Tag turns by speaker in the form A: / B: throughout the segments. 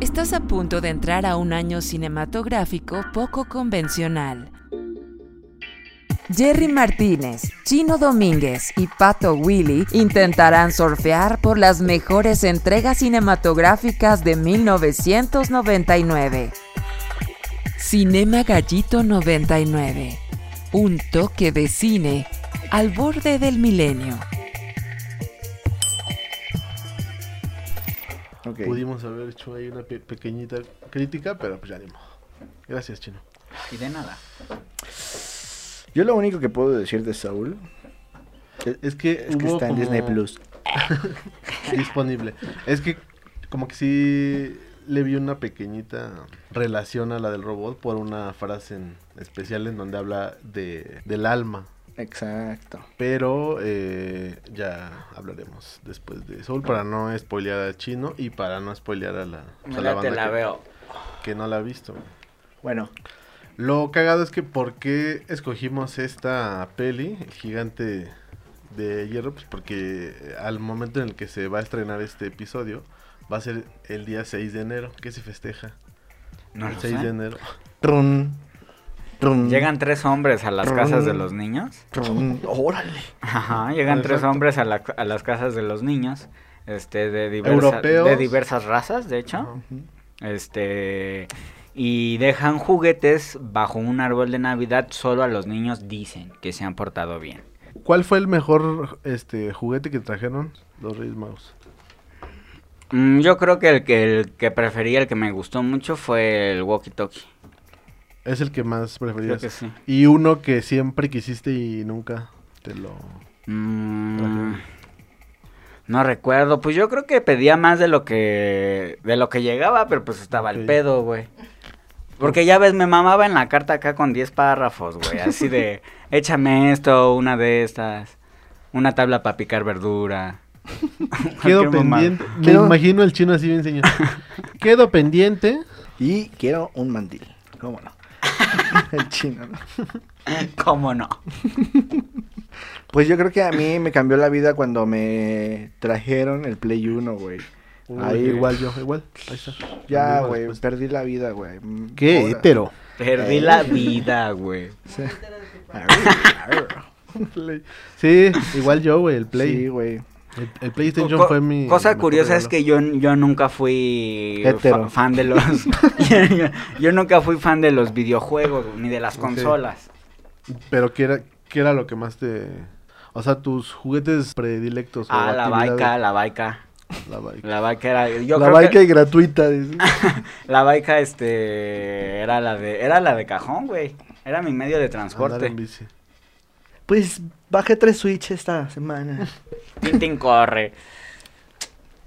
A: Estás a punto de entrar a un año cinematográfico poco convencional. Jerry Martínez, Chino Domínguez y Pato Willy intentarán surfear por las mejores entregas cinematográficas de 1999. Cinema Gallito 99. Un toque de cine al borde del milenio.
B: Ok.
C: Pudimos haber hecho ahí una pe- pequeñita crítica, pero pues ya animo. Gracias, Chino.
D: Y de nada.
B: Yo lo único que puedo decir de Saúl
C: Es que,
B: es que
C: hubo
B: está en
C: como
B: Disney Plus.
C: Disponible. Es que como que sí le vi una pequeñita relación a la del robot por una frase en especial en donde habla de, del alma.
B: Exacto.
C: Pero eh, ya hablaremos después de Soul para no spoilear a Chino y para no spoilear a la,
D: Me
C: a
D: Pues, la,
C: banda
D: te la
C: que,
D: veo.
C: que no la ha visto.
B: Bueno,
C: Lo cagado es que por qué escogimos esta peli, El Gigante de Hierro, pues porque al momento en el que se va a estrenar este episodio va a ser el día 6 de enero, que se festeja.
D: No
C: el
D: lo
C: 6
D: sé.
C: de enero.
B: trun, trun,
D: Llegan tres hombres a las casas
C: "Mm".
D: de los niños.
B: trun. órale.
D: Ajá, llegan tres
C: Exacto.
D: hombres a, la- a las casas de los niños. Este, de, diversa-
C: Europeos.
D: de diversas razas, de hecho.
C: Ajá.
D: Este. Y dejan juguetes bajo un árbol de Navidad. Solo a los niños dicen que se han portado bien.
C: ¿Cuál fue el mejor este juguete que trajeron los Reyes Magos?
D: Mm, yo creo que el, que el que preferí, el que me gustó mucho, fue el walkie talkie.
C: Es el que más
D: Creo
C: preferías.
D: que sí.
C: Y uno que siempre quisiste y nunca te lo...
D: Mm,
C: Ajá.
D: no recuerdo, pues yo creo que pedía más de lo que de lo que llegaba, pero pues estaba el
C: Ok.
D: pedo, güey. Porque ya ves, me mamaba en la carta acá con 10 párrafos, güey, así de échame esto, una de estas, una tabla para picar verdura.
C: Quedo
D: Cualquier mamada.
C: pendiente. Me
B: Quedo-
C: imagino el chino así bien enseñado. Quedo pendiente.
B: Y quiero un mandil. ¿Cómo no? El chino, ¿no?
D: ¿Cómo no?
B: Pues yo creo que a mí me cambió la vida cuando me trajeron el Play 1, güey. Ahí,
C: Uy,
B: güey.
C: igual yo, igual. Ahí está.
B: Ya,
C: Misma
B: güey,
C: respuesta.
B: perdí la vida, güey. Mm,
C: Qué
B: ahora.
C: hétero. Eh.
D: Perdí la vida, güey.
B: Arr, arr.
C: Play. Sí, igual yo, güey, el Play.
B: Sí, güey.
C: el, el PlayStation
D: Co-
C: fue mi.
D: Cosa
C: mejor
D: curiosa es
C: regalo.
D: que yo, yo nunca fui fa-
B: Hetero.
D: fan de los. yo, yo- yo nunca fui fan de los videojuegos ni de las
C: Ok.
D: consolas.
C: Pero ¿qué era, qué era lo que más te. O sea, tus juguetes predilectos. o
D: Ah, la
C: actividades?
D: baica, la baica.
C: La baica.
D: La baica era. Yo
B: la
D: creo
B: baica
D: que
B: y gratuita. dice.
D: la baica, este. Era la de, era la de cajón, güey. Era mi medio de
C: Andar
D: transporte.
C: en bici.
B: Pues bajé tres Switch esta semana.
D: Tintin corre.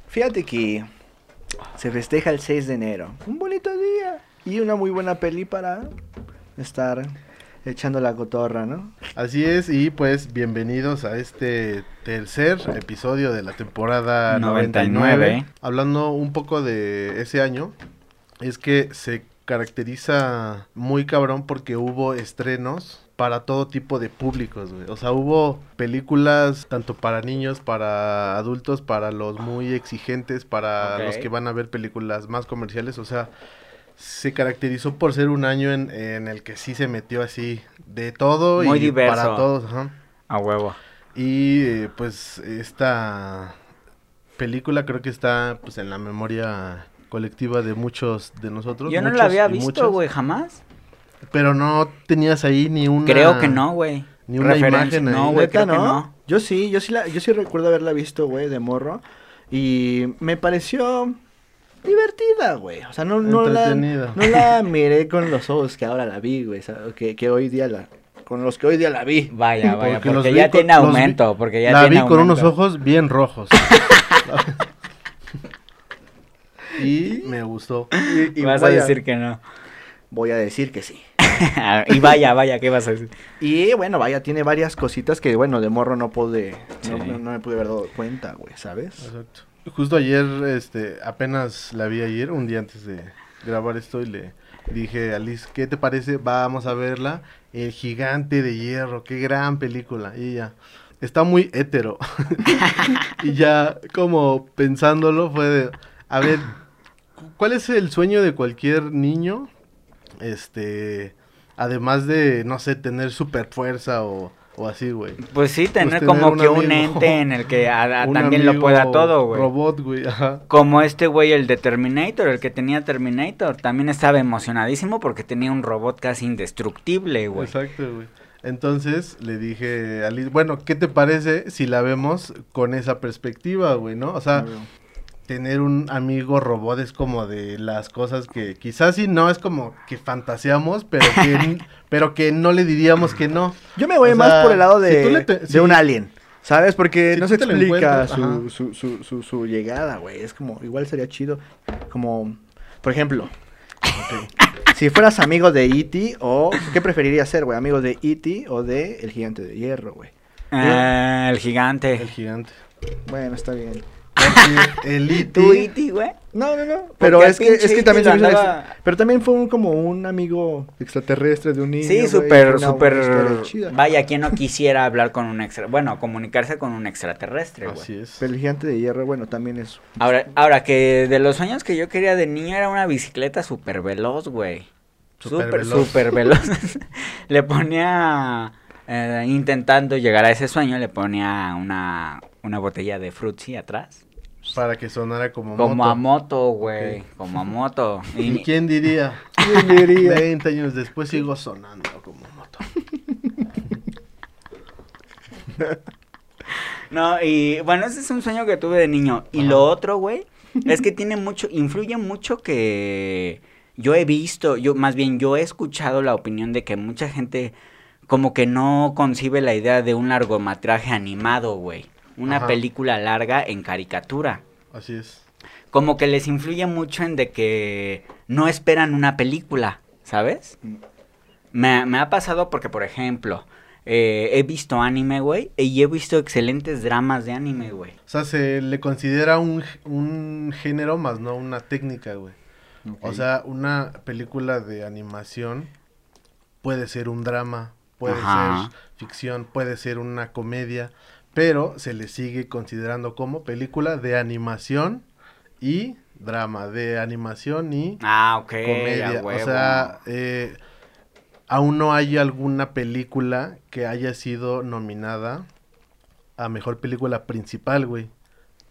B: Fíjate que se festeja el 6 de enero. Un bonito día. Y una muy buena peli para estar echando la cotorra, ¿no?
C: Así es, y pues bienvenidos a este tercer episodio de la temporada 99.
D: 99.
C: Hablando un poco de ese año, es que se caracteriza muy cabrón porque hubo estrenos para todo tipo de públicos, güey. O sea, hubo películas tanto para niños, para adultos, para los muy exigentes, para
D: Ok.
C: los que van a ver películas más comerciales, o sea, se caracterizó por ser un año en, en el que sí se metió así de todo
D: Muy
C: y
D: diverso.
C: para todos, ajá.
D: A huevo.
C: Y eh, pues esta película creo que está pues en la memoria colectiva de muchos de nosotros.
D: Yo no la
C: muchos
D: había
C: y muchas,
D: visto, güey, jamás.
C: Pero no tenías ahí ni una
D: Creo que no, güey.
C: ni una
D: Referencia,
C: imagen ahí.
D: No, güey,
B: ¿Neta,
D: creo que no.
B: Yo sí, yo sí, la, yo sí recuerdo haberla visto, güey, de morro. Y me pareció divertida, güey. O sea, no, no, la,
C: Entretenida.
B: no la miré con los ojos que ahora la vi, güey. o sea, Que, que hoy día la... Con los que hoy día la vi.
D: Vaya, vaya, porque,
C: los vi
D: ya
C: con-
D: tiene
C: los vi-
D: aumento, porque ya
C: la
D: tiene
C: vi con unos
D: aumento.
C: ojos bien rojos. y me gustó.
B: Y, y
D: Vas a
B: voy
D: decir que no.
B: Voy a decir que sí.
D: y vaya, vaya, ¿qué vas a decir?
B: Y bueno, vaya, tiene varias cositas que, bueno, de morro no pude...
D: Sí.
B: No, no- no me pude haber dado cuenta, güey, ¿sabes?
C: Exacto. Justo ayer, este, apenas la vi ayer, un día antes de grabar esto y le dije a Liz, ¿qué te parece? Vamos a verla. El gigante de hierro, qué gran película. Y ella, está muy hétero. y ya como pensándolo fue de, a ver, cu- ¿Cuál es el sueño de cualquier niño? Este, además de, no sé, tener super fuerza o, o así, güey.
D: Pues sí, tener
C: tener
D: como
C: un
D: que un
C: amigo.
D: ente en el que a- a-
C: Un
D: también lo
C: amigo
D: pueda todo, güey.
C: Robot, güey, ajá.
D: Como este güey, el de Terminator, el que tenía Terminator, también estaba emocionadísimo porque tenía un robot casi indestructible, güey.
C: Exacto, güey. Entonces le dije a Liz, bueno, ¿qué te parece si la vemos con esa perspectiva, güey, no? O
B: Ah,
C: sea, tener un amigo robot es como de las cosas que quizás sí no es como que fantaseamos, pero que, pero que no le diríamos que no.
B: Yo me voy
C: O
B: más
C: sea,
B: por el lado
C: si
B: de,
C: tú le te-
B: de
C: si-
B: un alien, ¿sabes? Porque
C: Si
B: no
C: tú
B: se
C: te lo
B: explica
C: encuentras,
B: su,
C: ajá.
B: su, su, su, su llegada, güey. Es como, igual sería chido. Como, por ejemplo, si fueras amigo de E.T. o, ¿qué preferirías ser, güey? ¿Amigo de E.T. o de El Gigante de Hierro, güey?
D: Ah, el
C: El
D: gigante.
C: gigante.
B: Bueno, está bien.
C: Porque El E
D: Tú,
C: E.T.
D: Iti, güey.
B: No, no, no. Pero
D: al
B: es que, es
D: pinche
B: que también se
D: E.T.
B: me hizo
D: lo
B: ex-
D: andaba-
B: Pero también fue un, como un amigo extraterrestre de un niño.
D: Sí,
B: güey,
D: súper,
B: una- una historia
D: súper.
B: chida.
D: Vaya, quien no quisiera hablar con un extra. Bueno, comunicarse con un extraterrestre, güey.
C: Así es.
B: Pero El Gigante de Hierro, bueno, también es.
D: Ahora, ahora que de los sueños que yo quería de niño era una bicicleta súper veloz, güey. Súper,
C: Superveloz.
D: súper veloz. le ponía, eh, intentando llegar a ese sueño, le ponía una, una botella de frutzi atrás.
C: Para que sonara como,
D: Como
C: moto.
D: a moto, güey. Como a moto.
C: ¿Y
D: Y,
C: quién diría?
B: ¿Quién diría?
C: 20 años después sigo sonando como moto.
D: no, y bueno, ese es un sueño que tuve de niño. Y lo otro, güey, es que tiene mucho, influye mucho que yo he visto, yo más bien yo he escuchado la opinión de que mucha gente como que no concibe la idea de un largometraje animado, güey. Una
C: Ajá.
D: película larga en caricatura.
C: Así es.
D: Como que les influye mucho en de que no esperan una película, ¿sabes?
B: Mm.
D: Me, me ha pasado porque, por ejemplo, eh, he visto anime, güey, y he visto excelentes dramas de anime, güey.
C: O sea, se le considera un, g- un género más no una técnica, güey. O sea, una película de animación puede ser un drama, puede
D: Ajá.
C: ser ficción, puede ser una comedia, pero se le sigue considerando como película de animación y drama, de animación y
D: Ah, ok.
C: comedia.
D: a
C: O
D: huevo.
C: sea, eh, aún no hay alguna película que haya sido nominada a mejor película principal, güey.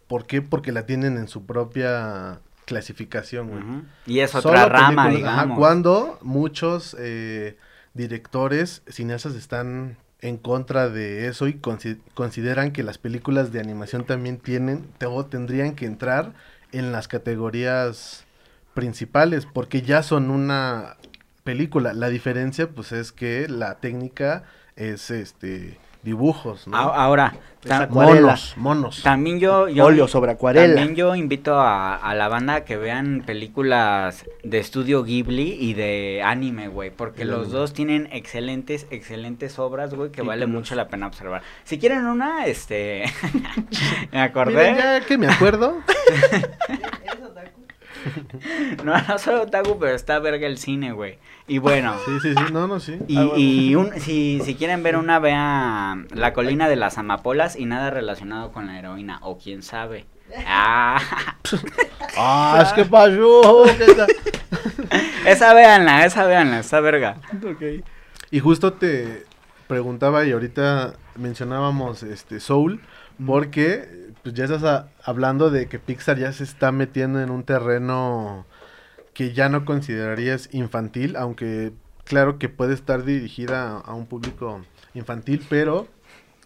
C: ¿Por qué? Porque la tienen en su propia clasificación, güey.
D: Ujú. Y es
C: Solo
D: otra rama,
C: películas- ajá,
D: digamos.
C: cuando muchos eh, directores, cineastas están en contra de eso y consi- consideran que las películas de animación también tienen te- o tendrían que entrar en las categorías principales porque ya son una película. La diferencia pues es que la técnica es este dibujos, ¿no? Pues
D: A- Ahora, ta-
B: Exacto.
C: monos, monos.
D: también yo... yo
B: Óleo sobre acuarela.
D: También yo invito a, a la banda que vean películas de estudio Ghibli y de anime, güey, porque
C: El
D: los
C: anime. pues
D: dos tienen excelentes, excelentes obras, güey, que vale
C: Películas.
D: mucho la pena observar. Si quieren una, este, me acordé,
C: Miren, ya que me acuerdo,
D: no, no soy otaku, pero está verga el cine, güey, y bueno...
C: sí, Ah, sí, sí, no, no, sí.
D: Y, y un- si, si quieren ver una, vean La colina de las amapolas y nada relacionado con la heroína, o quién sabe. Ah,
C: Ah, es que pasó. ¿qué tal?
D: esa véanla, esa véanla, está verga.
C: Y justo te preguntaba y ahorita mencionábamos este Soul porque pues ya estás a- hablando de que Pixar ya se está metiendo en un terreno que ya no considerarías infantil, aunque claro que puede estar dirigida a, a un público infantil, pero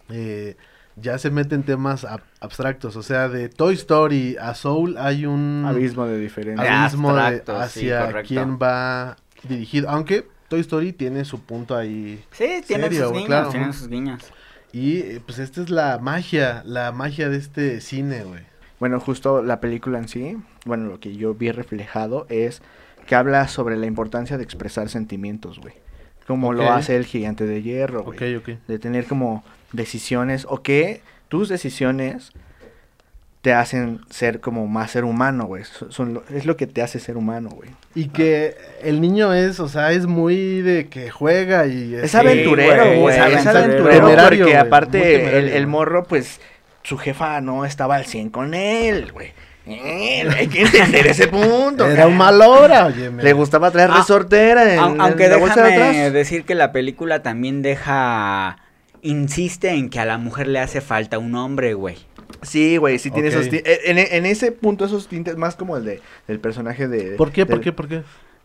C: eh, ya se mete en temas ab- abstractos, o sea, de Toy Story a Soul hay un
B: Mm. Abismo de diferencia.
D: Ah,
C: abismo de
D: Abstracto, sí,
C: hacia
D: correcto.
C: quién va dirigido. Aunque Toy Story tiene su punto ahí.
D: Sí, tienen
C: Serio,
D: sus
C: güey,
D: guiños,
C: claro.
D: tienen sus guiños.
C: Y eh, pues esta es la magia, la magia de este cine, güey.
B: Bueno, justo la película en sí, bueno, lo que yo vi reflejado es que habla sobre la importancia de expresar sentimientos, güey. Como
C: Ok.
B: lo hace el gigante de hierro, güey.
C: Ok, ok.
B: De tener como decisiones o que tus decisiones te hacen ser como más ser humano, güey. Son- son lo- es lo que te hace ser humano, güey.
C: Y que el niño es, o sea, es muy de que juega y...
B: Es
C: este,
B: aventurero,
D: güey,
B: güey.
D: es
B: Es aventurero
C: temerario,
B: porque
C: güey, muy
B: aparte
C: temerario,
B: el, el
C: güey.
B: morro, pues, su jefa no estaba al 100 con él, güey. Eh, hay que entender ese punto.
C: Era un mal hora, oye.
B: Le gustaba traer
D: Ah,
B: resortera en,
D: Au-
B: en
D: Aunque
B: la bolsa de
D: déjame
B: atrás.
D: decir que la película también deja... Insiste en que a la mujer le hace falta un hombre, güey.
B: Sí, güey, sí tiene
C: Ok.
B: esos tintes. En, en ese punto, esos tintes más como el de, del personaje de.
C: ¿Por qué? ¿Por
B: del-
C: qué? ¿Por qué?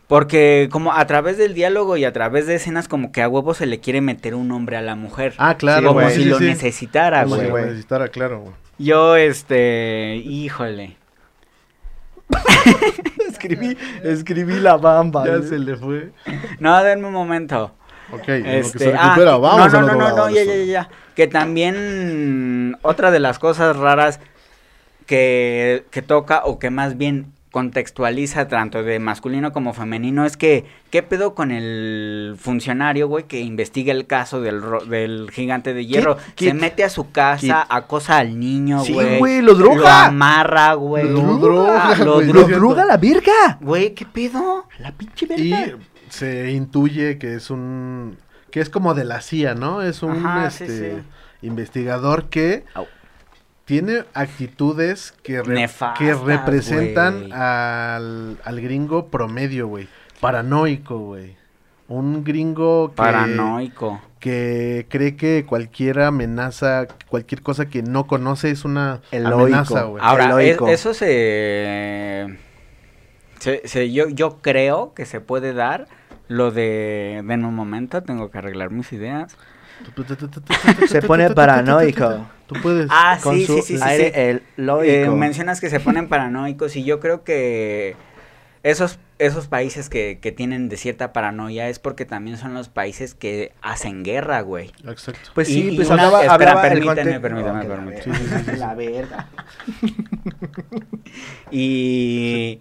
D: Porque como a través del diálogo y a través de escenas como que a huevo se le quiere meter un hombre a la mujer.
C: Ah, claro,
B: Sí,
D: como
B: güey,
D: si
C: sí,
D: lo
C: sí.
D: necesitara,
C: Como si
D: güey.
C: lo
B: güey.
C: necesitara, claro, güey.
D: Yo, este, híjole.
B: Escribí, escribí la bamba. eh.
C: Ya
B: ¿no?
C: se le fue.
D: No, denme un momento.
C: Ok, en lo que
D: Este,
C: se
D: ah,
C: recupera,
D: que-
C: vamos
D: no,
C: a
D: no,
C: los
D: no, no, no,
C: dobladores,
D: ya, ya,
C: güey.
D: ya. Que también otra de las cosas raras que, que toca o que más bien contextualiza tanto de masculino como femenino es que qué pedo con el funcionario, güey, que investiga el caso del, ro- del gigante de hierro.
B: Kit.
D: Se mete a su casa, acosa al niño,
B: Sí,
D: güey.
B: güey, lo droga.
D: Lo amarra, güey.
C: Lo droga,
D: Lo
C: güey,
B: ¡Lo
D: droga.
B: droga la virga!
D: Güey, ¿qué pedo?
B: La pinche
C: Y
B: verga.
C: se intuye que es un. que es como de la CIA, ¿no? Es un
D: Ajá, sí,
C: este,
D: sí.
C: investigador que
D: Au.
C: tiene actitudes que, re-
D: Nefastas,
C: que representan
D: güey.
C: al, al gringo promedio, güey. Paranoico, güey. Un gringo que,
D: Paranoico.
C: que cree que cualquier amenaza, cualquier cosa que no conoce es una
B: Eloico.
C: amenaza, güey.
B: Ah,
D: Ahora, es-
B: Eloico.
D: eso se, se- se- yo, yo creo que se puede dar lo de... Denme un momento, tengo que arreglar mis ideas.
B: Se pone paranoico.
C: Tú puedes.
D: Ah,
B: Con
D: sí,
B: su
D: sí, sí, sí,
B: aire
D: sí.
B: eloico.
D: Eh, mencionas que se ponen paranoicos y yo creo que esos, esos países que, que tienen de cierta paranoia es porque también son los países que hacen guerra, güey.
C: Exacto.
B: Pues sí,
D: Y- y
B: pues
D: una-
B: hablaba,
D: espera,
B: hablaba el
D: permíteme,
B: conte-
D: permíteme,
B: Oh, que la verga,
D: permíteme.
C: Sí, sí, sí, sí.
B: La verga.
D: Y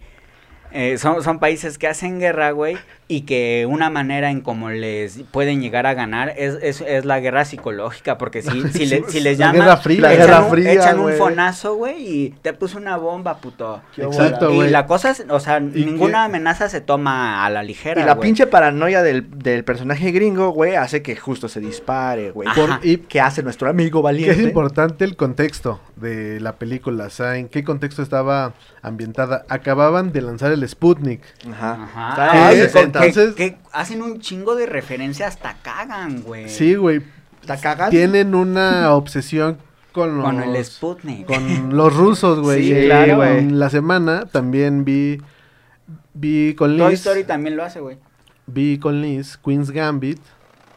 D: eh, son, son países que hacen guerra, güey, y que una manera en cómo les pueden llegar a ganar es, es, es la guerra psicológica, porque si, si, le- si les
C: La
D: llaman,
C: guerra fría,
B: la
D: echan,
B: guerra
D: un,
B: fría,
D: echan un
B: güey.
D: fonazo, güey, y te puso una bomba, puto.
B: Qué
C: Exacto,
B: bola.
D: Y
C: güey.
D: la cosa, es- o sea,
C: ¿Y
D: ninguna
C: qué?
D: amenaza se toma a la ligera,
B: Y la
D: güey.
B: pinche paranoia del, del personaje gringo, güey, hace que justo se dispare, güey.
C: Por-
D: Ajá.
C: y
B: ¿Qué hace nuestro amigo
C: que
B: valiente?
C: es importante el contexto de la película, o sea, en qué contexto estaba ambientada. Acababan de lanzar el Sputnik.
B: Ajá.
D: Ajá.
C: Ah,
B: Está
D: Ay,
B: bien,
D: con-
C: entonces-
D: que, que hacen un chingo de referencias hasta cagan, güey.
C: Sí, güey.
B: ¿La cagas?
C: Tienen una obsesión con los,
D: Con el Sputnik.
C: con los rusos, güey.
B: Sí,
C: Y
B: claro, güey.
C: En la semana también vi vi con
D: Toy
C: Liz,
D: Story también lo hace, güey.
C: vi con Liz Queen's Gambit,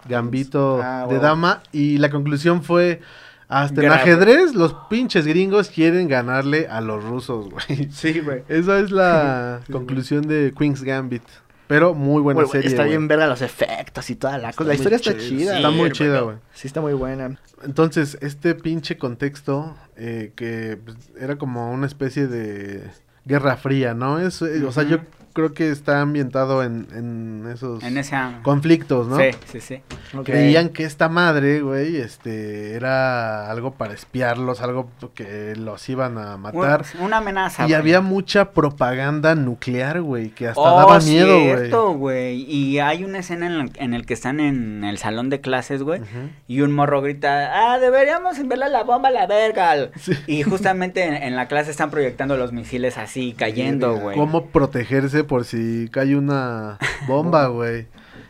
C: Gambito
B: Ah,
C: de
B: huevo.
C: dama y la conclusión fue hasta en
D: Grave.
C: ajedrez los pinches gringos quieren ganarle a los rusos, güey.
B: Sí, güey.
C: Esa es la conclusión de Queen's Gambit. Pero muy buena
B: Güey, güey,
C: serie.
B: está
C: güey.
B: bien verga los efectos y toda la cosa. La
C: muy
B: historia está
C: chida,
B: chida.
C: Está muy
B: güey.
C: chida, güey.
B: Sí, está muy buena.
C: Entonces, este pinche contexto eh, que pues, era como una especie de guerra fría, ¿no? Es, eh, O sea, yo
D: Ujú.
C: creo que está ambientado en, en esos
D: En ese...
C: conflictos, Pues, ¿no?
D: Sí, sí, sí.
B: Ok.
C: Creían que esta madre, güey, este, era algo para espiarlos, algo que los iban a matar.
D: Un- una amenaza.
C: Y
D: güey.
C: había mucha propaganda nuclear, güey, que hasta
D: Oh,
C: daba miedo, güey.
D: cierto, güey. Y hay una escena en la- en el que están en el salón de clases, güey.
C: Ujú.
D: Y un morro grita, ah, deberíamos enviarle la bomba a la verga. Y justamente en, en la clase están proyectando los misiles así, cayendo,
C: Verga.
D: güey.
C: ¿Cómo protegerse por si cae una bomba, güey?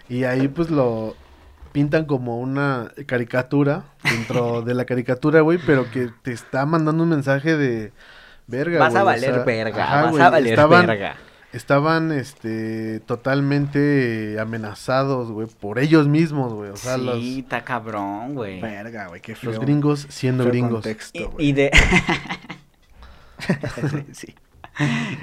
C: Y ahí pues lo pintan como una caricatura dentro de la caricatura, güey, pero que te está mandando un mensaje de verga,
D: Vas
C: güey,
D: a
C: o
D: valer
C: sea,
D: verga,
C: ajá,
D: vas
C: güey,
D: a valer
C: estaban,
D: verga.
C: Estaban este totalmente amenazados, güey, por ellos mismos, güey, o sea, los,
D: sí, está cabrón, güey.
B: Verga, güey, qué feo.
C: los gringos siendo
B: Feo
C: gringos.
B: contexto,
D: Y,
B: güey.
D: y de...
B: Sí.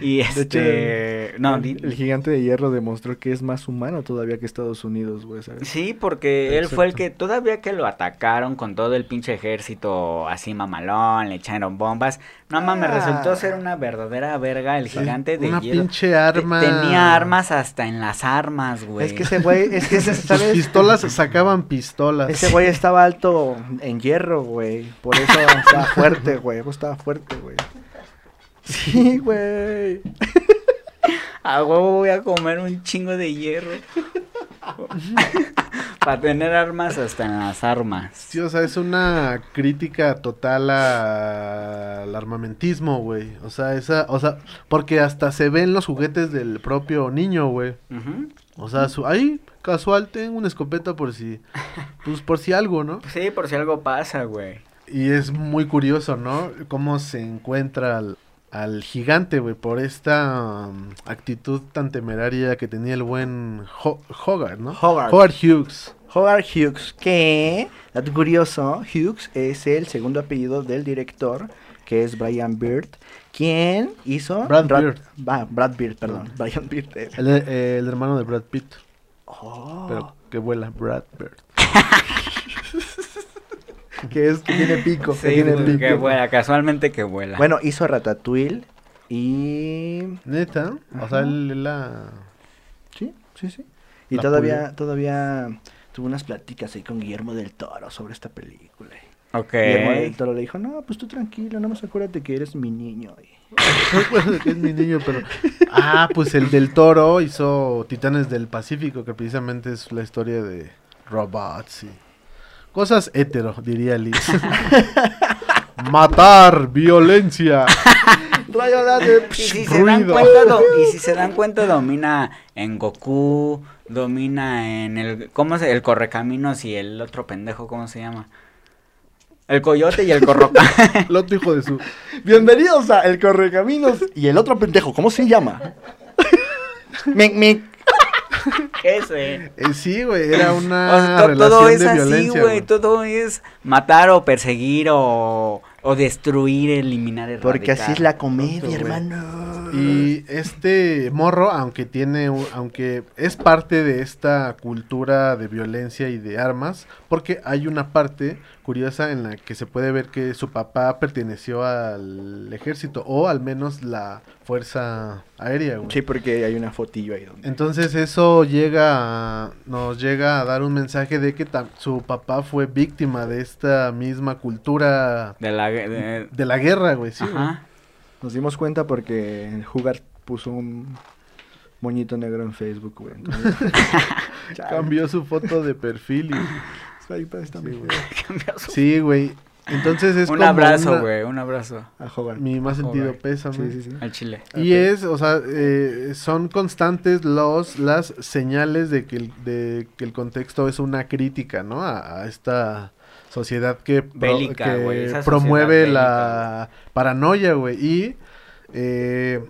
D: y
B: hecho,
D: este... no, di-
B: El gigante de hierro demostró que es más humano todavía que Estados Unidos, güey, ¿sabes?
D: Sí, porque él fue el que
C: Exacto.
D: todavía que lo atacaron con todo el pinche ejército así mamalón, le echaron bombas. No mames,
B: Ah.
D: resultó ser una verdadera verga el gigante de
C: una
D: hielo.
C: pinche
D: Te-
C: arma.
D: Tenía armas hasta en las armas, güey.
B: Es que ese güey, es que ese,
C: Sus
B: ¿sabes?
C: pistolas sacaban pistolas.
B: Ese güey estaba alto en hierro, güey. Por eso estaba fuerte, güey. Pues estaba fuerte, güey. Sí, güey.
D: a huevo voy a comer un chingo de hierro. Para tener armas hasta en las armas.
C: Sí, o sea, es una crítica total a- al armamentismo, güey. O sea, esa, o sea, porque hasta se ven los juguetes del propio niño, güey.
D: Ujú.
C: O sea, su, ahí casual tengo una escopeta por si, pues por si algo, ¿no?
D: Sí, por si algo pasa, güey.
C: Y es muy curioso, ¿no? Cómo se encuentra al, al gigante, güey, por esta um, actitud tan temeraria que tenía el buen Ho- Hogarth, ¿no?
B: Hogarth.
C: Hughes.
B: Howard Hughes, que, dato curioso, Hughes es el segundo apellido del director, que es Brian Beard, quien hizo...
C: Brad
B: Ra-
C: Bird.
B: Ah, Brad Beard, perdón. Brian Beard. eh.
C: El, el hermano de Brad Pitt,
B: Oh,
C: pero que vuela Brad Bird.
B: que es que tiene pico. que
D: Sí,
B: tiene
D: güey,
B: pico.
D: que vuela, casualmente que vuela.
B: Bueno, hizo Ratatouille y...
C: Neta, o sea, él la...
B: Sí, sí, sí. Y
C: La
B: todavía, todavía tuvo unas pláticas ahí con Guillermo del Toro sobre esta película.
D: ok.
B: Guillermo del Toro le dijo, no, pues tú tranquilo, nada más acuérdate que eres mi niño. y-
C: Bueno, que es mi niño, pero... Ah, pues el del toro hizo Titanes del Pacífico, que precisamente es la historia de robots y... Cosas hetero, diría Liz. Matar, violencia.
B: Rayo láser,
D: Y
B: psh,
D: si, se dan
C: Ruido.
D: cuenta, do- y si se dan cuenta, domina en Goku, domina en el. ¿Cómo se El Correcaminos y el otro pendejo, ¿cómo se llama? El Coyote y el Corroca.
C: El otro hijo de su...
B: Bienvenidos a El Correcaminos y el otro pendejo, ¿cómo se llama? Mic, mic.
D: Ese.
C: Eh, sí, güey, era una
D: O sea, to-
C: Ah, relación
D: todo es
C: de
D: así,
C: violencia,
D: güey.
C: güey.
D: Todo es matar o perseguir o, o destruir, eliminar el
B: Porque así es la comedia,
C: Tonto, güey.
B: hermano.
C: Y este morro, aunque tiene, un- aunque es parte de esta cultura de violencia y de armas, porque hay una parte curiosa en la que se puede ver que su papá perteneció al ejército o al menos la fuerza aérea, güey.
B: Sí, porque hay una fotillo ahí donde...
C: Entonces eso llega a- nos llega a dar un mensaje de que tam- su papá fue víctima de esta misma cultura
D: De la. de-
C: de la guerra, güey, sí. güey.
D: ajá.
B: Nos dimos cuenta porque Jugar puso un moñito negro en Facebook, güey. Entonces, chale,
C: Cambió su foto de perfil y
B: ahí está, está mi-
D: Cambió su-
C: Sí, güey. Entonces es
D: un
C: como
D: abrazo,
C: una-
D: güey. Un abrazo.
B: A Hogarth.
C: Mi más sentido
D: Joder.
C: pésame.
B: Sí, sí, sí.
D: Al chile.
C: Y es, o sea, eh, son constantes los, las señales de que, el, de que el contexto es una crítica, ¿no? A, a esta sociedad que, pro-
D: Bélica,
C: que
D: güey, esa sociedad
C: promueve
D: bélica,
C: la paranoia, güey. Y eh,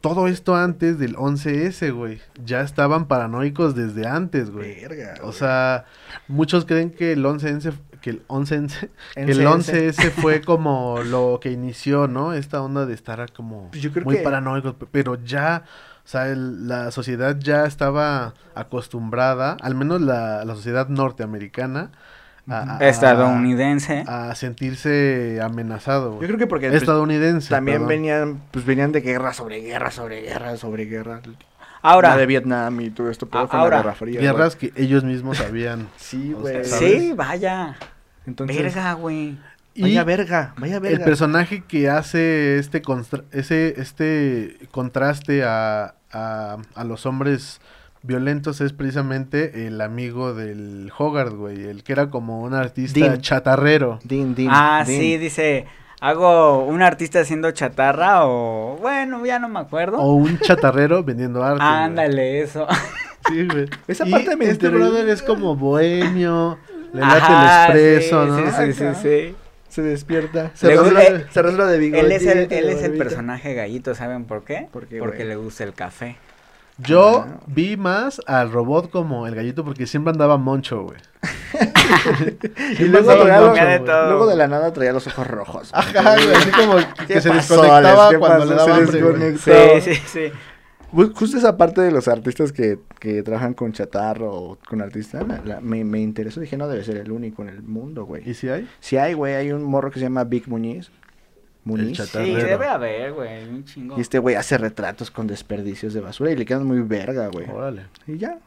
C: todo esto antes del 11S, güey. Ya estaban paranoicos desde antes, güey.
B: Verga,
C: O
B: güey.
C: sea, muchos creen que el 11S, f- que el 11S, que el
B: Ense,
C: 11S fue como lo que inició, ¿no? Esta onda de estar como
B: Pues yo creo
C: muy
B: que-
C: paranoicos, pe- pero ya, o sea, el- la sociedad ya estaba acostumbrada, al menos la, la sociedad norteamericana, a, a-
D: Estadounidense.
C: a sentirse amenazado. güey.
B: Yo creo que porque pues,
C: Estadounidense.
B: también
C: perdón.
B: venían, pues venían de guerra sobre guerra, sobre guerra, sobre guerra.
D: Ahora.
B: La de Vietnam y todo esto, pero
D: A-
B: fue la
D: ahora,
B: Guerra Fría. güey.
C: guerras que ellos mismos habían.
B: Sí,
C: O
B: güey.
C: sea,
D: Sí, vaya.
B: Entonces,
D: Verga, güey.
B: Vaya verga, vaya
C: El
B: verga.
C: personaje que hace este constra- ese este contraste a, a, a los hombres violentos es precisamente el amigo del Hogarth, güey, el que era como un artista
B: Dean.
C: chatarrero.
B: Din, din,
D: ah,
B: din.
D: sí, dice, hago un artista haciendo chatarra o bueno, ya no me acuerdo.
C: O un chatarrero vendiendo arte. güey.
D: Ándale, eso.
C: Sí, güey.
B: Esa
C: Y
B: parte me
C: este
B: interesa.
C: brother es como bohemio, le late
D: Ajá,
C: el expreso,
D: sí,
C: ¿no?
D: Sí, sí,
B: Acá.
D: sí, sí.
B: Se despierta.
D: Le
B: rasura-
D: gusta-
B: se rasura de bigote.
D: Él es el, él
B: de
D: es el
B: barbita.
D: personaje gallito, ¿saben por qué?
B: ¿Por qué,
D: Porque
B: güey?
D: le gusta el café.
C: Yo vi más al robot como el gallito porque siempre andaba moncho, güey.
B: Y luego,
C: Sí,
B: traía
C: no,
B: los-
D: no, de todo.
B: luego de la nada traía los ojos rojos.
C: Ajá, güey, así como que se
B: pasó,
C: desconectaba
B: Alex? ¿Qué
C: cuando
B: pasó?
C: le daba
B: Se
C: hambre, güey.
B: desconectó.
D: Sí,
B: Todo.
D: sí, sí.
B: Ju- Justo esa parte de los artistas que, que trabajan con chatarra o con artistas, me, me interesó. Dije, no debe ser el único en el mundo, güey.
C: ¿Y si hay?
B: Si hay, güey, hay un morro que se llama Big Muñiz. Muñiz.
C: chatarra.
D: Sí,
C: Chatarrero.
D: debe haber, güey, un chingo.
B: Y este güey hace retratos con desperdicios de basura y le quedan muy verga, güey.
C: Órale,
B: Y ya.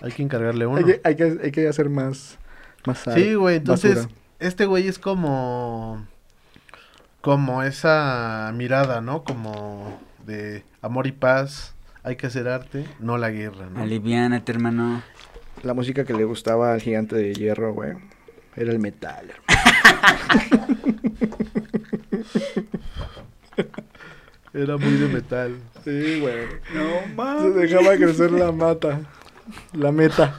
C: hay que encargarle uno.
B: Hay que, hay, que, hay que hacer más. más ar-
C: Sí, güey, entonces
B: basura.
C: este güey es como como esa mirada, ¿no? Como de amor y paz, hay que hacer arte, no la guerra, ¿no?
D: Aliviánate, hermano.
B: La música que le gustaba al gigante de hierro, güey, era el metal, hermano.
C: Era muy de metal.
B: Sí, güey.
D: No
B: Se
D: mames.
B: dejaba crecer la mata. La meta.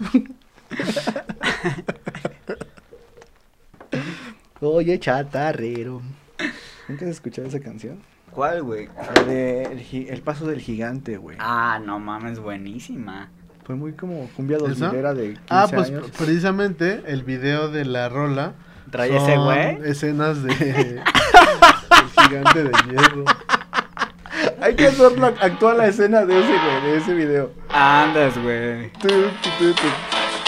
B: Oye, chatarrero. ¿Nunca has escuchado esa canción?
D: ¿Cuál, güey?
B: La de el, gi- El paso del gigante, güey.
D: Ah, no mames, buenísima.
B: Fue muy como cumbia
C: ¿Esa?
B: dosmilera de 15
C: Ah, pues
B: años.
C: precisamente el video de la rola.
D: Trae ese
C: son
D: güey.
C: Escenas de. el gigante de hierro.
B: Hay que hacer la, actuar la escena de ese, güey, de ese video.
D: Andas, güey.
B: Tu, tu, tu, tu.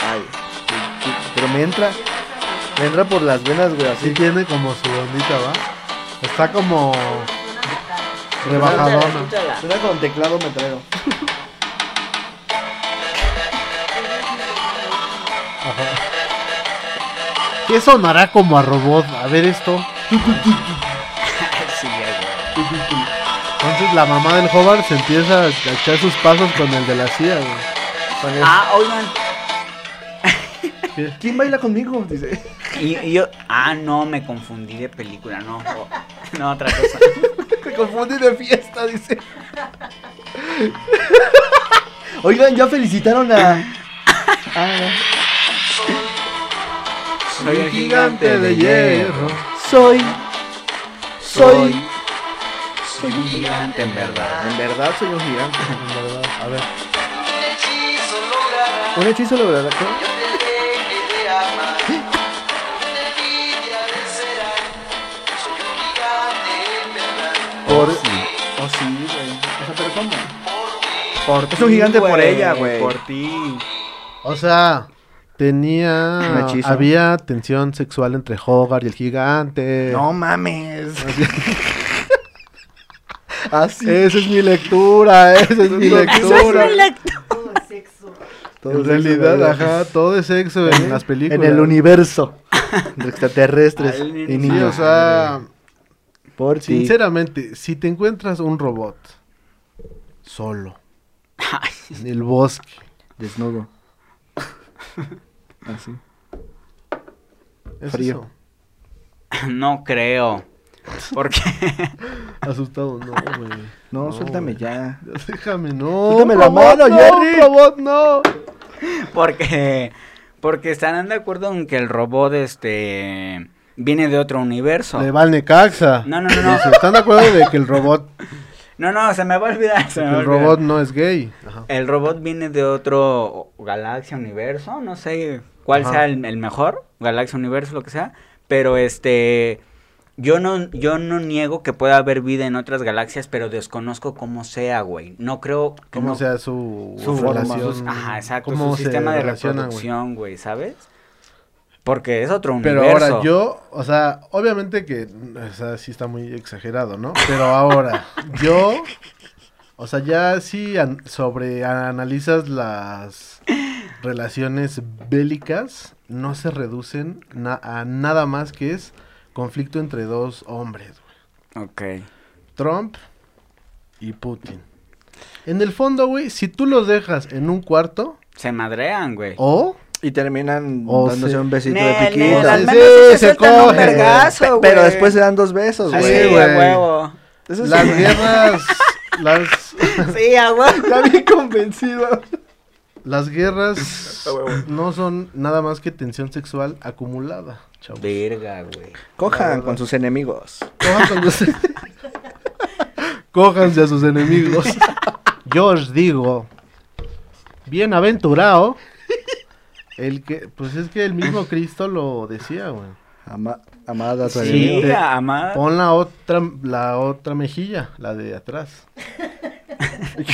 B: Ay, tu, tu. pero me entra, me entra por las venas, güey,
C: Sí
B: así que
C: tiene como su ondita, ¿va? Está como. Rebajadona.
D: Escúchala, escúchala.
B: suena con teclado me traigo.
C: ¿Qué sonará como a robot? A ver esto.
D: Sí, güey.
C: Entonces la mamá del Hobart se empieza a echar sus pasos con el de la CIA, güey.
B: Con el-
D: Ah, oigan.
B: ¿Quién baila conmigo? Dice.
D: Y, y yo. Ah, no, me confundí de película. No, o- no, otra cosa.
B: Me confundí de fiesta, dice. Oigan, ya felicitaron a. Ah,
D: Soy el gigante de hierro.
B: soy. Soy. Ah.
D: Soy un gigante, en verdad.
B: En verdad soy un gigante.
C: En verdad, A ver.
B: Un hechizo logrará. ¿qué? Por. Oh, sí, güey. O sea, pero ¿cómo?
D: Por
B: Es un gigante por ella, güey.
D: Por ti.
C: O sea,
B: Un
C: tenía.
B: hechizo.
C: Había tensión sexual entre Hogarth y el gigante.
B: No mames. Así.
C: Esa es mi lectura, esa es mi lectura.
B: Todo
C: En
B: sexo,
C: realidad,
B: güey.
C: ajá, todo es sexo en las películas.
B: eh, En el universo. De extraterrestres.
D: Al-
B: y
D: sí,
C: Sí, o
B: niños.
C: sea,
B: Por ti.
C: sinceramente, si te encuentras un robot solo en el bosque,
B: Desnudo.
C: Ah,
B: Así.
C: ¿es
B: Frío.
C: eso?
D: No creo. Porque.
C: Asustado, no, güey.
B: No, suéltame
C: güey.
B: ya.
C: Déjame, no.
B: Suéltame la
C: robot,
B: mano,
C: no,
B: Jerry.
C: robot, no.
D: Porque. Porque estarán de acuerdo en que el robot, este. Viene de otro universo.
C: Le va al Necaxa.
D: No, no, no, no.
C: Dice, ¿Están de acuerdo de que el robot,
D: No, no, se me va a olvidar. se me va a
C: el
D: olvidar.
C: robot no es gay? Ajá.
D: El robot viene de otro galaxia, universo, no sé cuál
C: Ajá.
D: sea el, el mejor, galaxia, universo, lo que sea, pero este yo no yo no niego que pueda haber vida en otras galaxias, pero desconozco cómo sea, güey. No creo que
C: ¿Cómo
D: no-
C: sea su,
D: su
B: forma,
C: relación?
D: sus- ajá, exacto,
C: cómo
D: su
C: se
D: sistema de
C: relacionan, güey?
D: reproducción, güey, ¿sabes? Porque es otro
C: Pero
D: universo.
C: ahora yo, o sea, obviamente que, o sea, sí está muy exagerado, ¿no? Pero ahora, yo, o sea, ya sí an- sobreanalizas las relaciones bélicas, no se reducen na- a nada más que es conflicto entre dos hombres, güey.
D: Ok.
C: Trump y Putin. En el fondo, güey, si tú los dejas en un cuarto,
D: Se madrean, güey.
C: o...
B: Y terminan
C: O
B: dándose
C: sea-
B: un besito
D: Nel,
B: de
D: nel,
B: piquito.
D: al
C: Oh, Sí, Oh,
D: menos sí
C: sí, se
D: se sueltan un
C: cogen.
D: vergazo,
B: Pe-
D: güey.
B: Pero después se dan dos besos,
D: Sí,
B: güey.
D: a
C: güey.
D: huevo.
B: Eso
C: Las guerras, las...
D: Sí, a huevo.
B: Está bien convencido.
C: Las guerras no son nada más que tensión sexual acumulada, chavos.
D: Verga, güey.
B: Cojan con sus enemigos.
C: Cojan con los- Cójanse a sus enemigos. Yo os digo, bienaventurado, el que, pues es que el mismo Cristo lo decía, güey.
B: Ama- amadas,
D: Sí,
C: Te-
D: amada.
C: Pon la otra, la otra mejilla, la de atrás.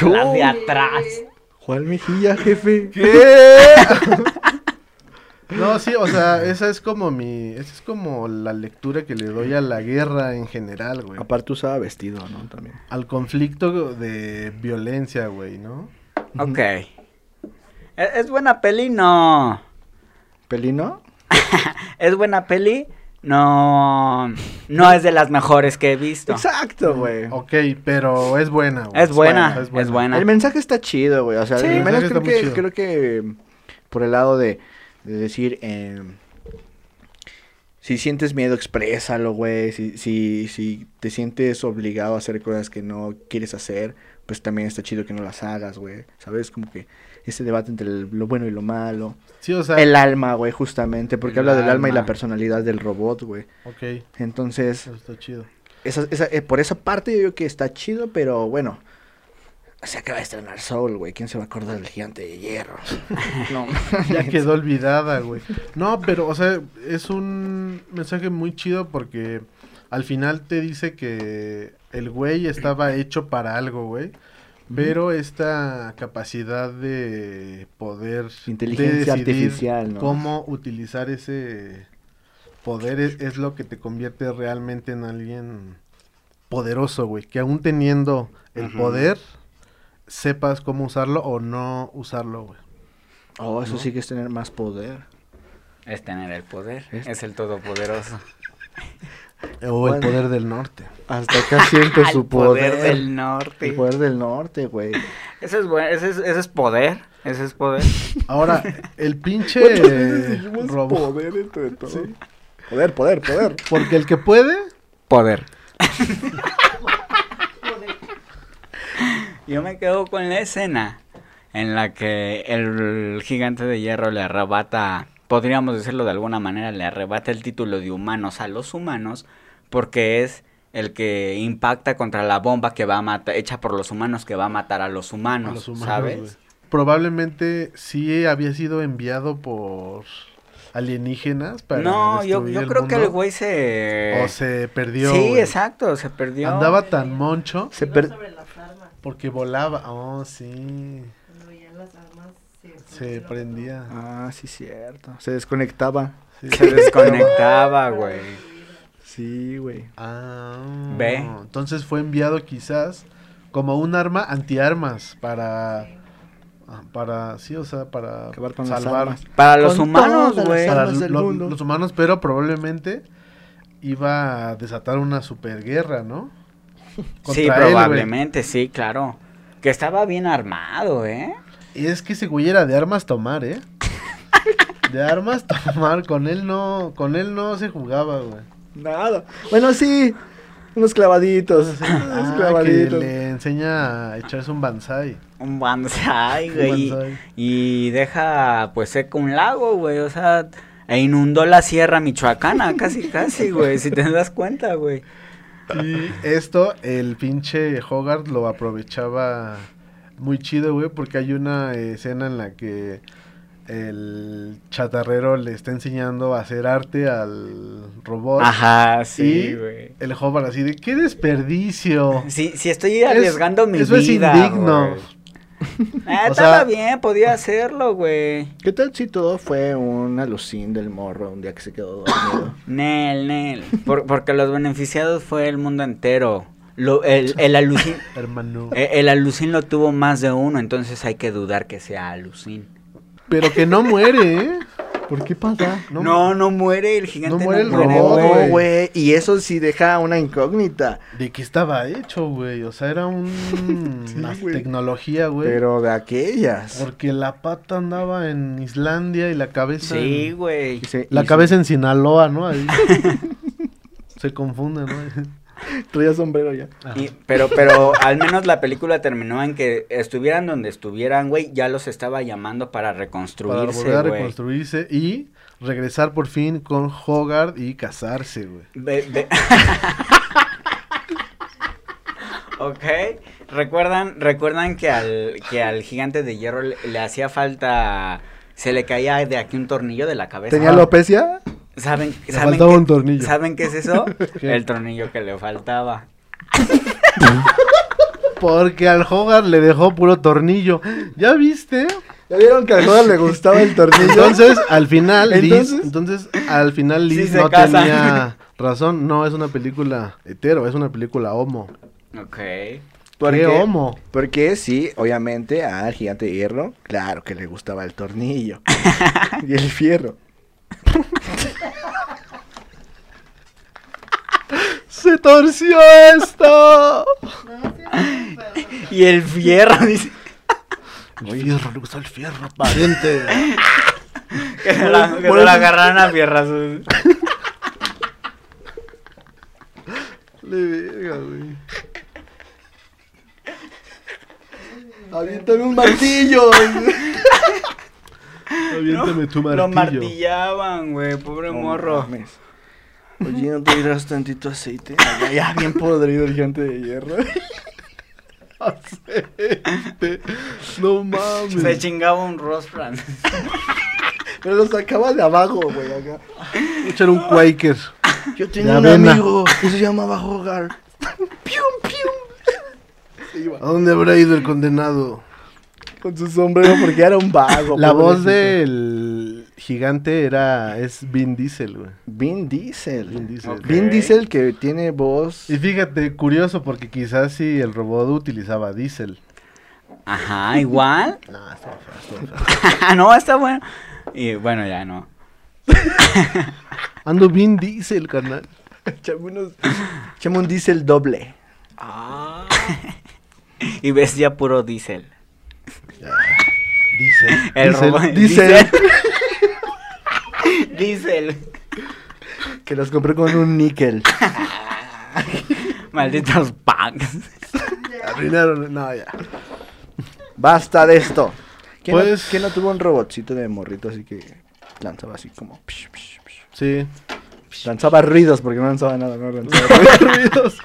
D: La de atrás.
B: Juan Mejía, jefe.
C: ¿Qué? No, sí, o sea, esa es como mi, esa es como la lectura que le doy a la guerra en general, güey.
B: Aparte usaba vestido, ¿no? También.
C: Al conflicto de violencia, güey, ¿no?
D: Ok. ¿Es, es buena peli? No.
B: ¿Pelino?
D: ¿Es buena peli? No. No es de las mejores que he visto.
B: Exacto, güey.
C: Ok, pero es buena, güey.
D: Es buena,
C: Es buena.
D: es buena.
B: El mensaje está chido, güey. O sea,
C: Sí.
B: al menos
C: El mensaje
B: creo
C: está muy
B: que,
C: chido.
B: creo que por el lado de, de decir, eh, si sientes miedo, exprésalo, güey. Si, si, si te sientes obligado a hacer cosas que no quieres hacer, pues también está chido que no las hagas, güey. ¿Sabes? Como que ese debate entre el- lo bueno y lo malo.
C: Sí, o sea,
B: el alma, güey, justamente, porque
C: el
B: habla del alma y
D: alma.
B: la personalidad del robot, güey.
C: ok,
B: Entonces,
C: eso está chido.
B: esa, esa- eh, por esa parte yo digo que está chido, pero bueno. Se acaba de estrenar Soul, güey. ¿Quién se va a acordar del gigante de hierro? no.
C: Ya quedó olvidada, güey. No, pero, o sea, es un mensaje muy chido porque al final te dice que el güey estaba hecho para algo, güey. Pero esta capacidad de poder... de
B: Inteligencia
C: decidir
B: artificial, ¿no?
C: Cómo utilizar ese poder es, es lo que te convierte realmente en alguien poderoso, güey. Que aún teniendo el
D: Ujú.
C: poder, sepas cómo usarlo o no usarlo, güey.
B: Oh, eso sí que es tener más poder.
D: Es tener el poder.
B: Es-
D: Es el todopoderoso.
C: O el
B: Bueno.
C: poder del norte.
B: Hasta acá siento
D: Al
B: su poder.
D: del norte.
B: El poder del norte, güey.
D: Ese es, buen- ese es, ese es poder. Ese es poder.
C: Ahora, el pinche robot.
B: poder entre todos? Eh, Poder, poder, poder.
C: Porque el que puede,
D: Poder. Yo me quedo con la escena en la que el gigante de hierro le arrebata, podríamos decirlo de alguna manera, le arrebata el título de humanos a los humanos porque es el que impacta contra la bomba que va a matar, hecha por los humanos que va a matar a los humanos,
C: a los humanos,
D: ¿sabes?
C: güey. Probablemente sí había sido enviado por alienígenas para
D: no, yo,
C: destruir
D: yo
C: el
D: creo que el
C: mundo,
D: güey se...
C: O se perdió.
D: sí,
C: güey.
D: exacto, se perdió.
C: Andaba tan moncho
B: Se per-
E: sobre las armas.
C: porque volaba. Oh, sí.
E: Cuando veían las armas, se,
C: Se prendía.
B: Ah, sí, cierto. Se desconectaba.
C: Sí.
D: Se desconectaba, güey.
B: Sí, güey.
C: Ah,
D: Ve.
C: Entonces fue enviado quizás como un arma antiarmas para ah, para sí, o sea, para
B: Acabar con las
C: salvar
B: armas.
D: Para los
B: Con todas
D: humanos,
B: las
D: güey.
C: para
B: armas del
C: lo-
B: mundo.
C: los humanos, pero probablemente iba a desatar una superguerra, ¿no?
D: Sí,
C: Contra él, güey.
D: probablemente, sí, claro. Que estaba bien armado, ¿eh?
C: Y es que ese güey era de armas tomar, ¿eh? De armas tomar, con él no, con él no se jugaba, güey.
B: Nada. Bueno, sí. Unos clavaditos. unos
C: Ah, que
B: clavaditos.
C: le enseña a echarse un banzai.
D: Un banzai, güey.
C: Un banzai.
D: Y deja, pues, seco un lago, güey. O sea, e inundó la sierra michoacana, casi, casi, güey. Si te das cuenta, güey.
C: Y esto, el pinche Hogarth lo aprovechaba muy chido, güey, porque hay una escena en la que el chatarrero le está enseñando a hacer arte al robot.
D: Ajá, sí,
C: y
D: güey.
C: el Hogarth así de, ¡qué desperdicio!
D: Sí, sí, estoy arriesgando mi
C: eso
D: vida.
C: es indigno.
D: güey. Ah,
C: O
D: estaba
C: sea-
D: bien, podía hacerlo, güey.
B: ¿Qué tal si todo fue un alucín del morro un día que se quedó dormido?
D: Nel, Nel. Por- porque los beneficiados fue el mundo entero. Lo- el, el alucin,
C: Hermano.
D: e- el alucin lo tuvo más de uno, entonces hay que dudar que sea alucin.
C: Pero que no muere, ¿eh?
B: ¿Por qué pasa?
D: No, no, muere el gigante.
C: No muere el robot,
B: No,
C: güey.
B: güey. Y eso sí deja una incógnita.
C: ¿De qué estaba hecho, güey? O sea, era un...
B: Sí,
C: una
B: güey.
C: tecnología, güey.
B: Pero de aquellas.
C: Porque la pata andaba en Islandia y la cabeza... en-
D: Sí, güey.
B: Y se-
C: La
B: y
C: cabeza en Sinaloa, ¿no? Ahí. Se confunde, ¿no?
B: se- Traía sombrero ya.
C: Pues,
D: Y- pero, pero al menos la película terminó en que estuvieran donde estuvieran, güey, ya los estaba llamando para
C: Para
D: reconstruirse,
C: volver a
D: güey.
C: reconstruirse y regresar por fin con Hogarth y casarse, güey.
D: Ve- ve- ok. ¿Recuerdan, recuerdan que, al, que al gigante de hierro le, le hacía falta... Se le caía de aquí un tornillo de la cabeza.
C: ah.
B: ¿Tenía alopecia?
D: ¿Saben,
C: Le
D: saben
C: faltaba
D: qué-
C: un tornillo.
D: ¿Saben qué es eso?
C: ¿Qué?
D: El tornillo que le faltaba.
C: Porque al Hogarth le dejó puro tornillo. ¿Ya viste?
B: ¿Ya vieron que al Joder le gustaba el tornillo?
C: Entonces, al final, Liz,
B: Entonces-
C: entonces, al final
D: Sí,
C: Liz
D: se
C: no
D: casan.
C: tenía razón. No es una película hetero, es una película homo.
D: Ok.
C: ¿Por qué
B: Porque-
C: homo?
B: Porque sí, obviamente al gigante de hierro, claro que le gustaba el tornillo y el fierro.
C: ¡Se torció esto!
D: Y el fierro, dice...
C: El fierro, le gustó el fierro, pariente.
D: Que se la, que se
C: Por eso-
D: la agarraran a fierrazos.
C: Le verga, güey.
B: Aviéntame un martillo.
C: Aviéntame tu
D: Lo
C: martillo.
D: martillaban, güey, pobre morro.
B: Oye, ¿no tendrás tantito aceite? Ya, ya, bien podrido el gigante de hierro.
C: Aceite. No mames.
D: Se chingaba un rostran.
B: Pero lo sacaba de abajo, güey, acá.
C: Echar un Quaker.
B: Yo
C: De
B: tenía un
C: avena.
B: amigo que se llamaba Hogar. ¡Pium, pium! Se iba
C: ¿A dónde habrá ido el condenado?
B: con su sombrero porque era un vago.
C: La voz
B: pobrecito.
C: del gigante era. Es Vin Diesel, güey.
B: Vin Diesel.
C: Vin Diesel.
D: Ok.
B: Vin Diesel que tiene voz.
C: Y fíjate, curioso, porque quizás si el robot utilizaba diésel.
D: Ajá, igual.
C: No, está feo, está feo.
D: no, está bueno. Y bueno, ya no.
C: Ando Vin Diesel, carnal.
B: Echame unos- echame un Diesel doble.
D: y ves ya puro diésel.
C: Diesel.
D: El
C: Diesel.
D: robot.
B: Diesel.
D: Diesel. Diesel.
B: Que los compré con un níquel.
D: Malditos packs.
C: Arruinaron. No, ya.
B: Basta de esto. ¿Quién,
C: Pues-
B: no, quién no tuvo un robotcito de morrito así que lanzaba así como. psh, psh, psh?
C: Sí.
B: Lanzaba ruidos porque no lanzaba nada, no lanzaba ruidos.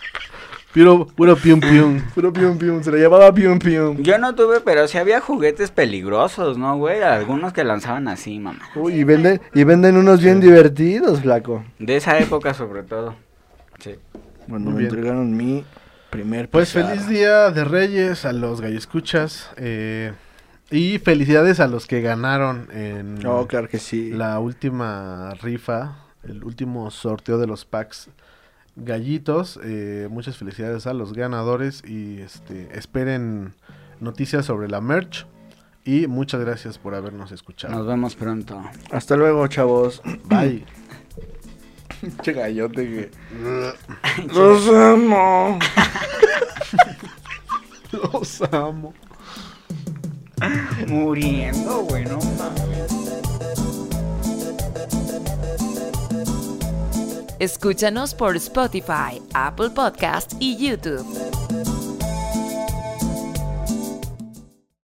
C: Puro, puro pium pium.
B: Puro pium pium, se lo llamaba pium pium.
D: Yo no tuve, pero sí había juguetes peligrosos, ¿no, güey? Algunos que lanzaban así, mamá.
B: Uy, y venden, y venden unos bien divertidos, flaco.
D: De esa época, sobre todo. Sí.
B: Cuando
C: Muy
B: me
C: bien.
B: entregaron mi primer
C: Pues
B: pesada.
C: feliz día de Reyes a los gallescuchas. eh, y felicidades a los que ganaron en
B: No, claro que sí.
C: la última rifa, el último sorteo de los packs gallitos. eh, muchas felicidades a los ganadores y este, esperen noticias sobre la merch. Y muchas gracias por habernos
D: Nos
C: escuchado.
D: vemos pronto.
B: Hasta luego, chavos.
C: Bye.
B: Che gallote que. Los amo.
C: los amo.
D: Muriendo, güey, no mames.
A: Escúchanos por Spotify, Apple Podcast y YouTube.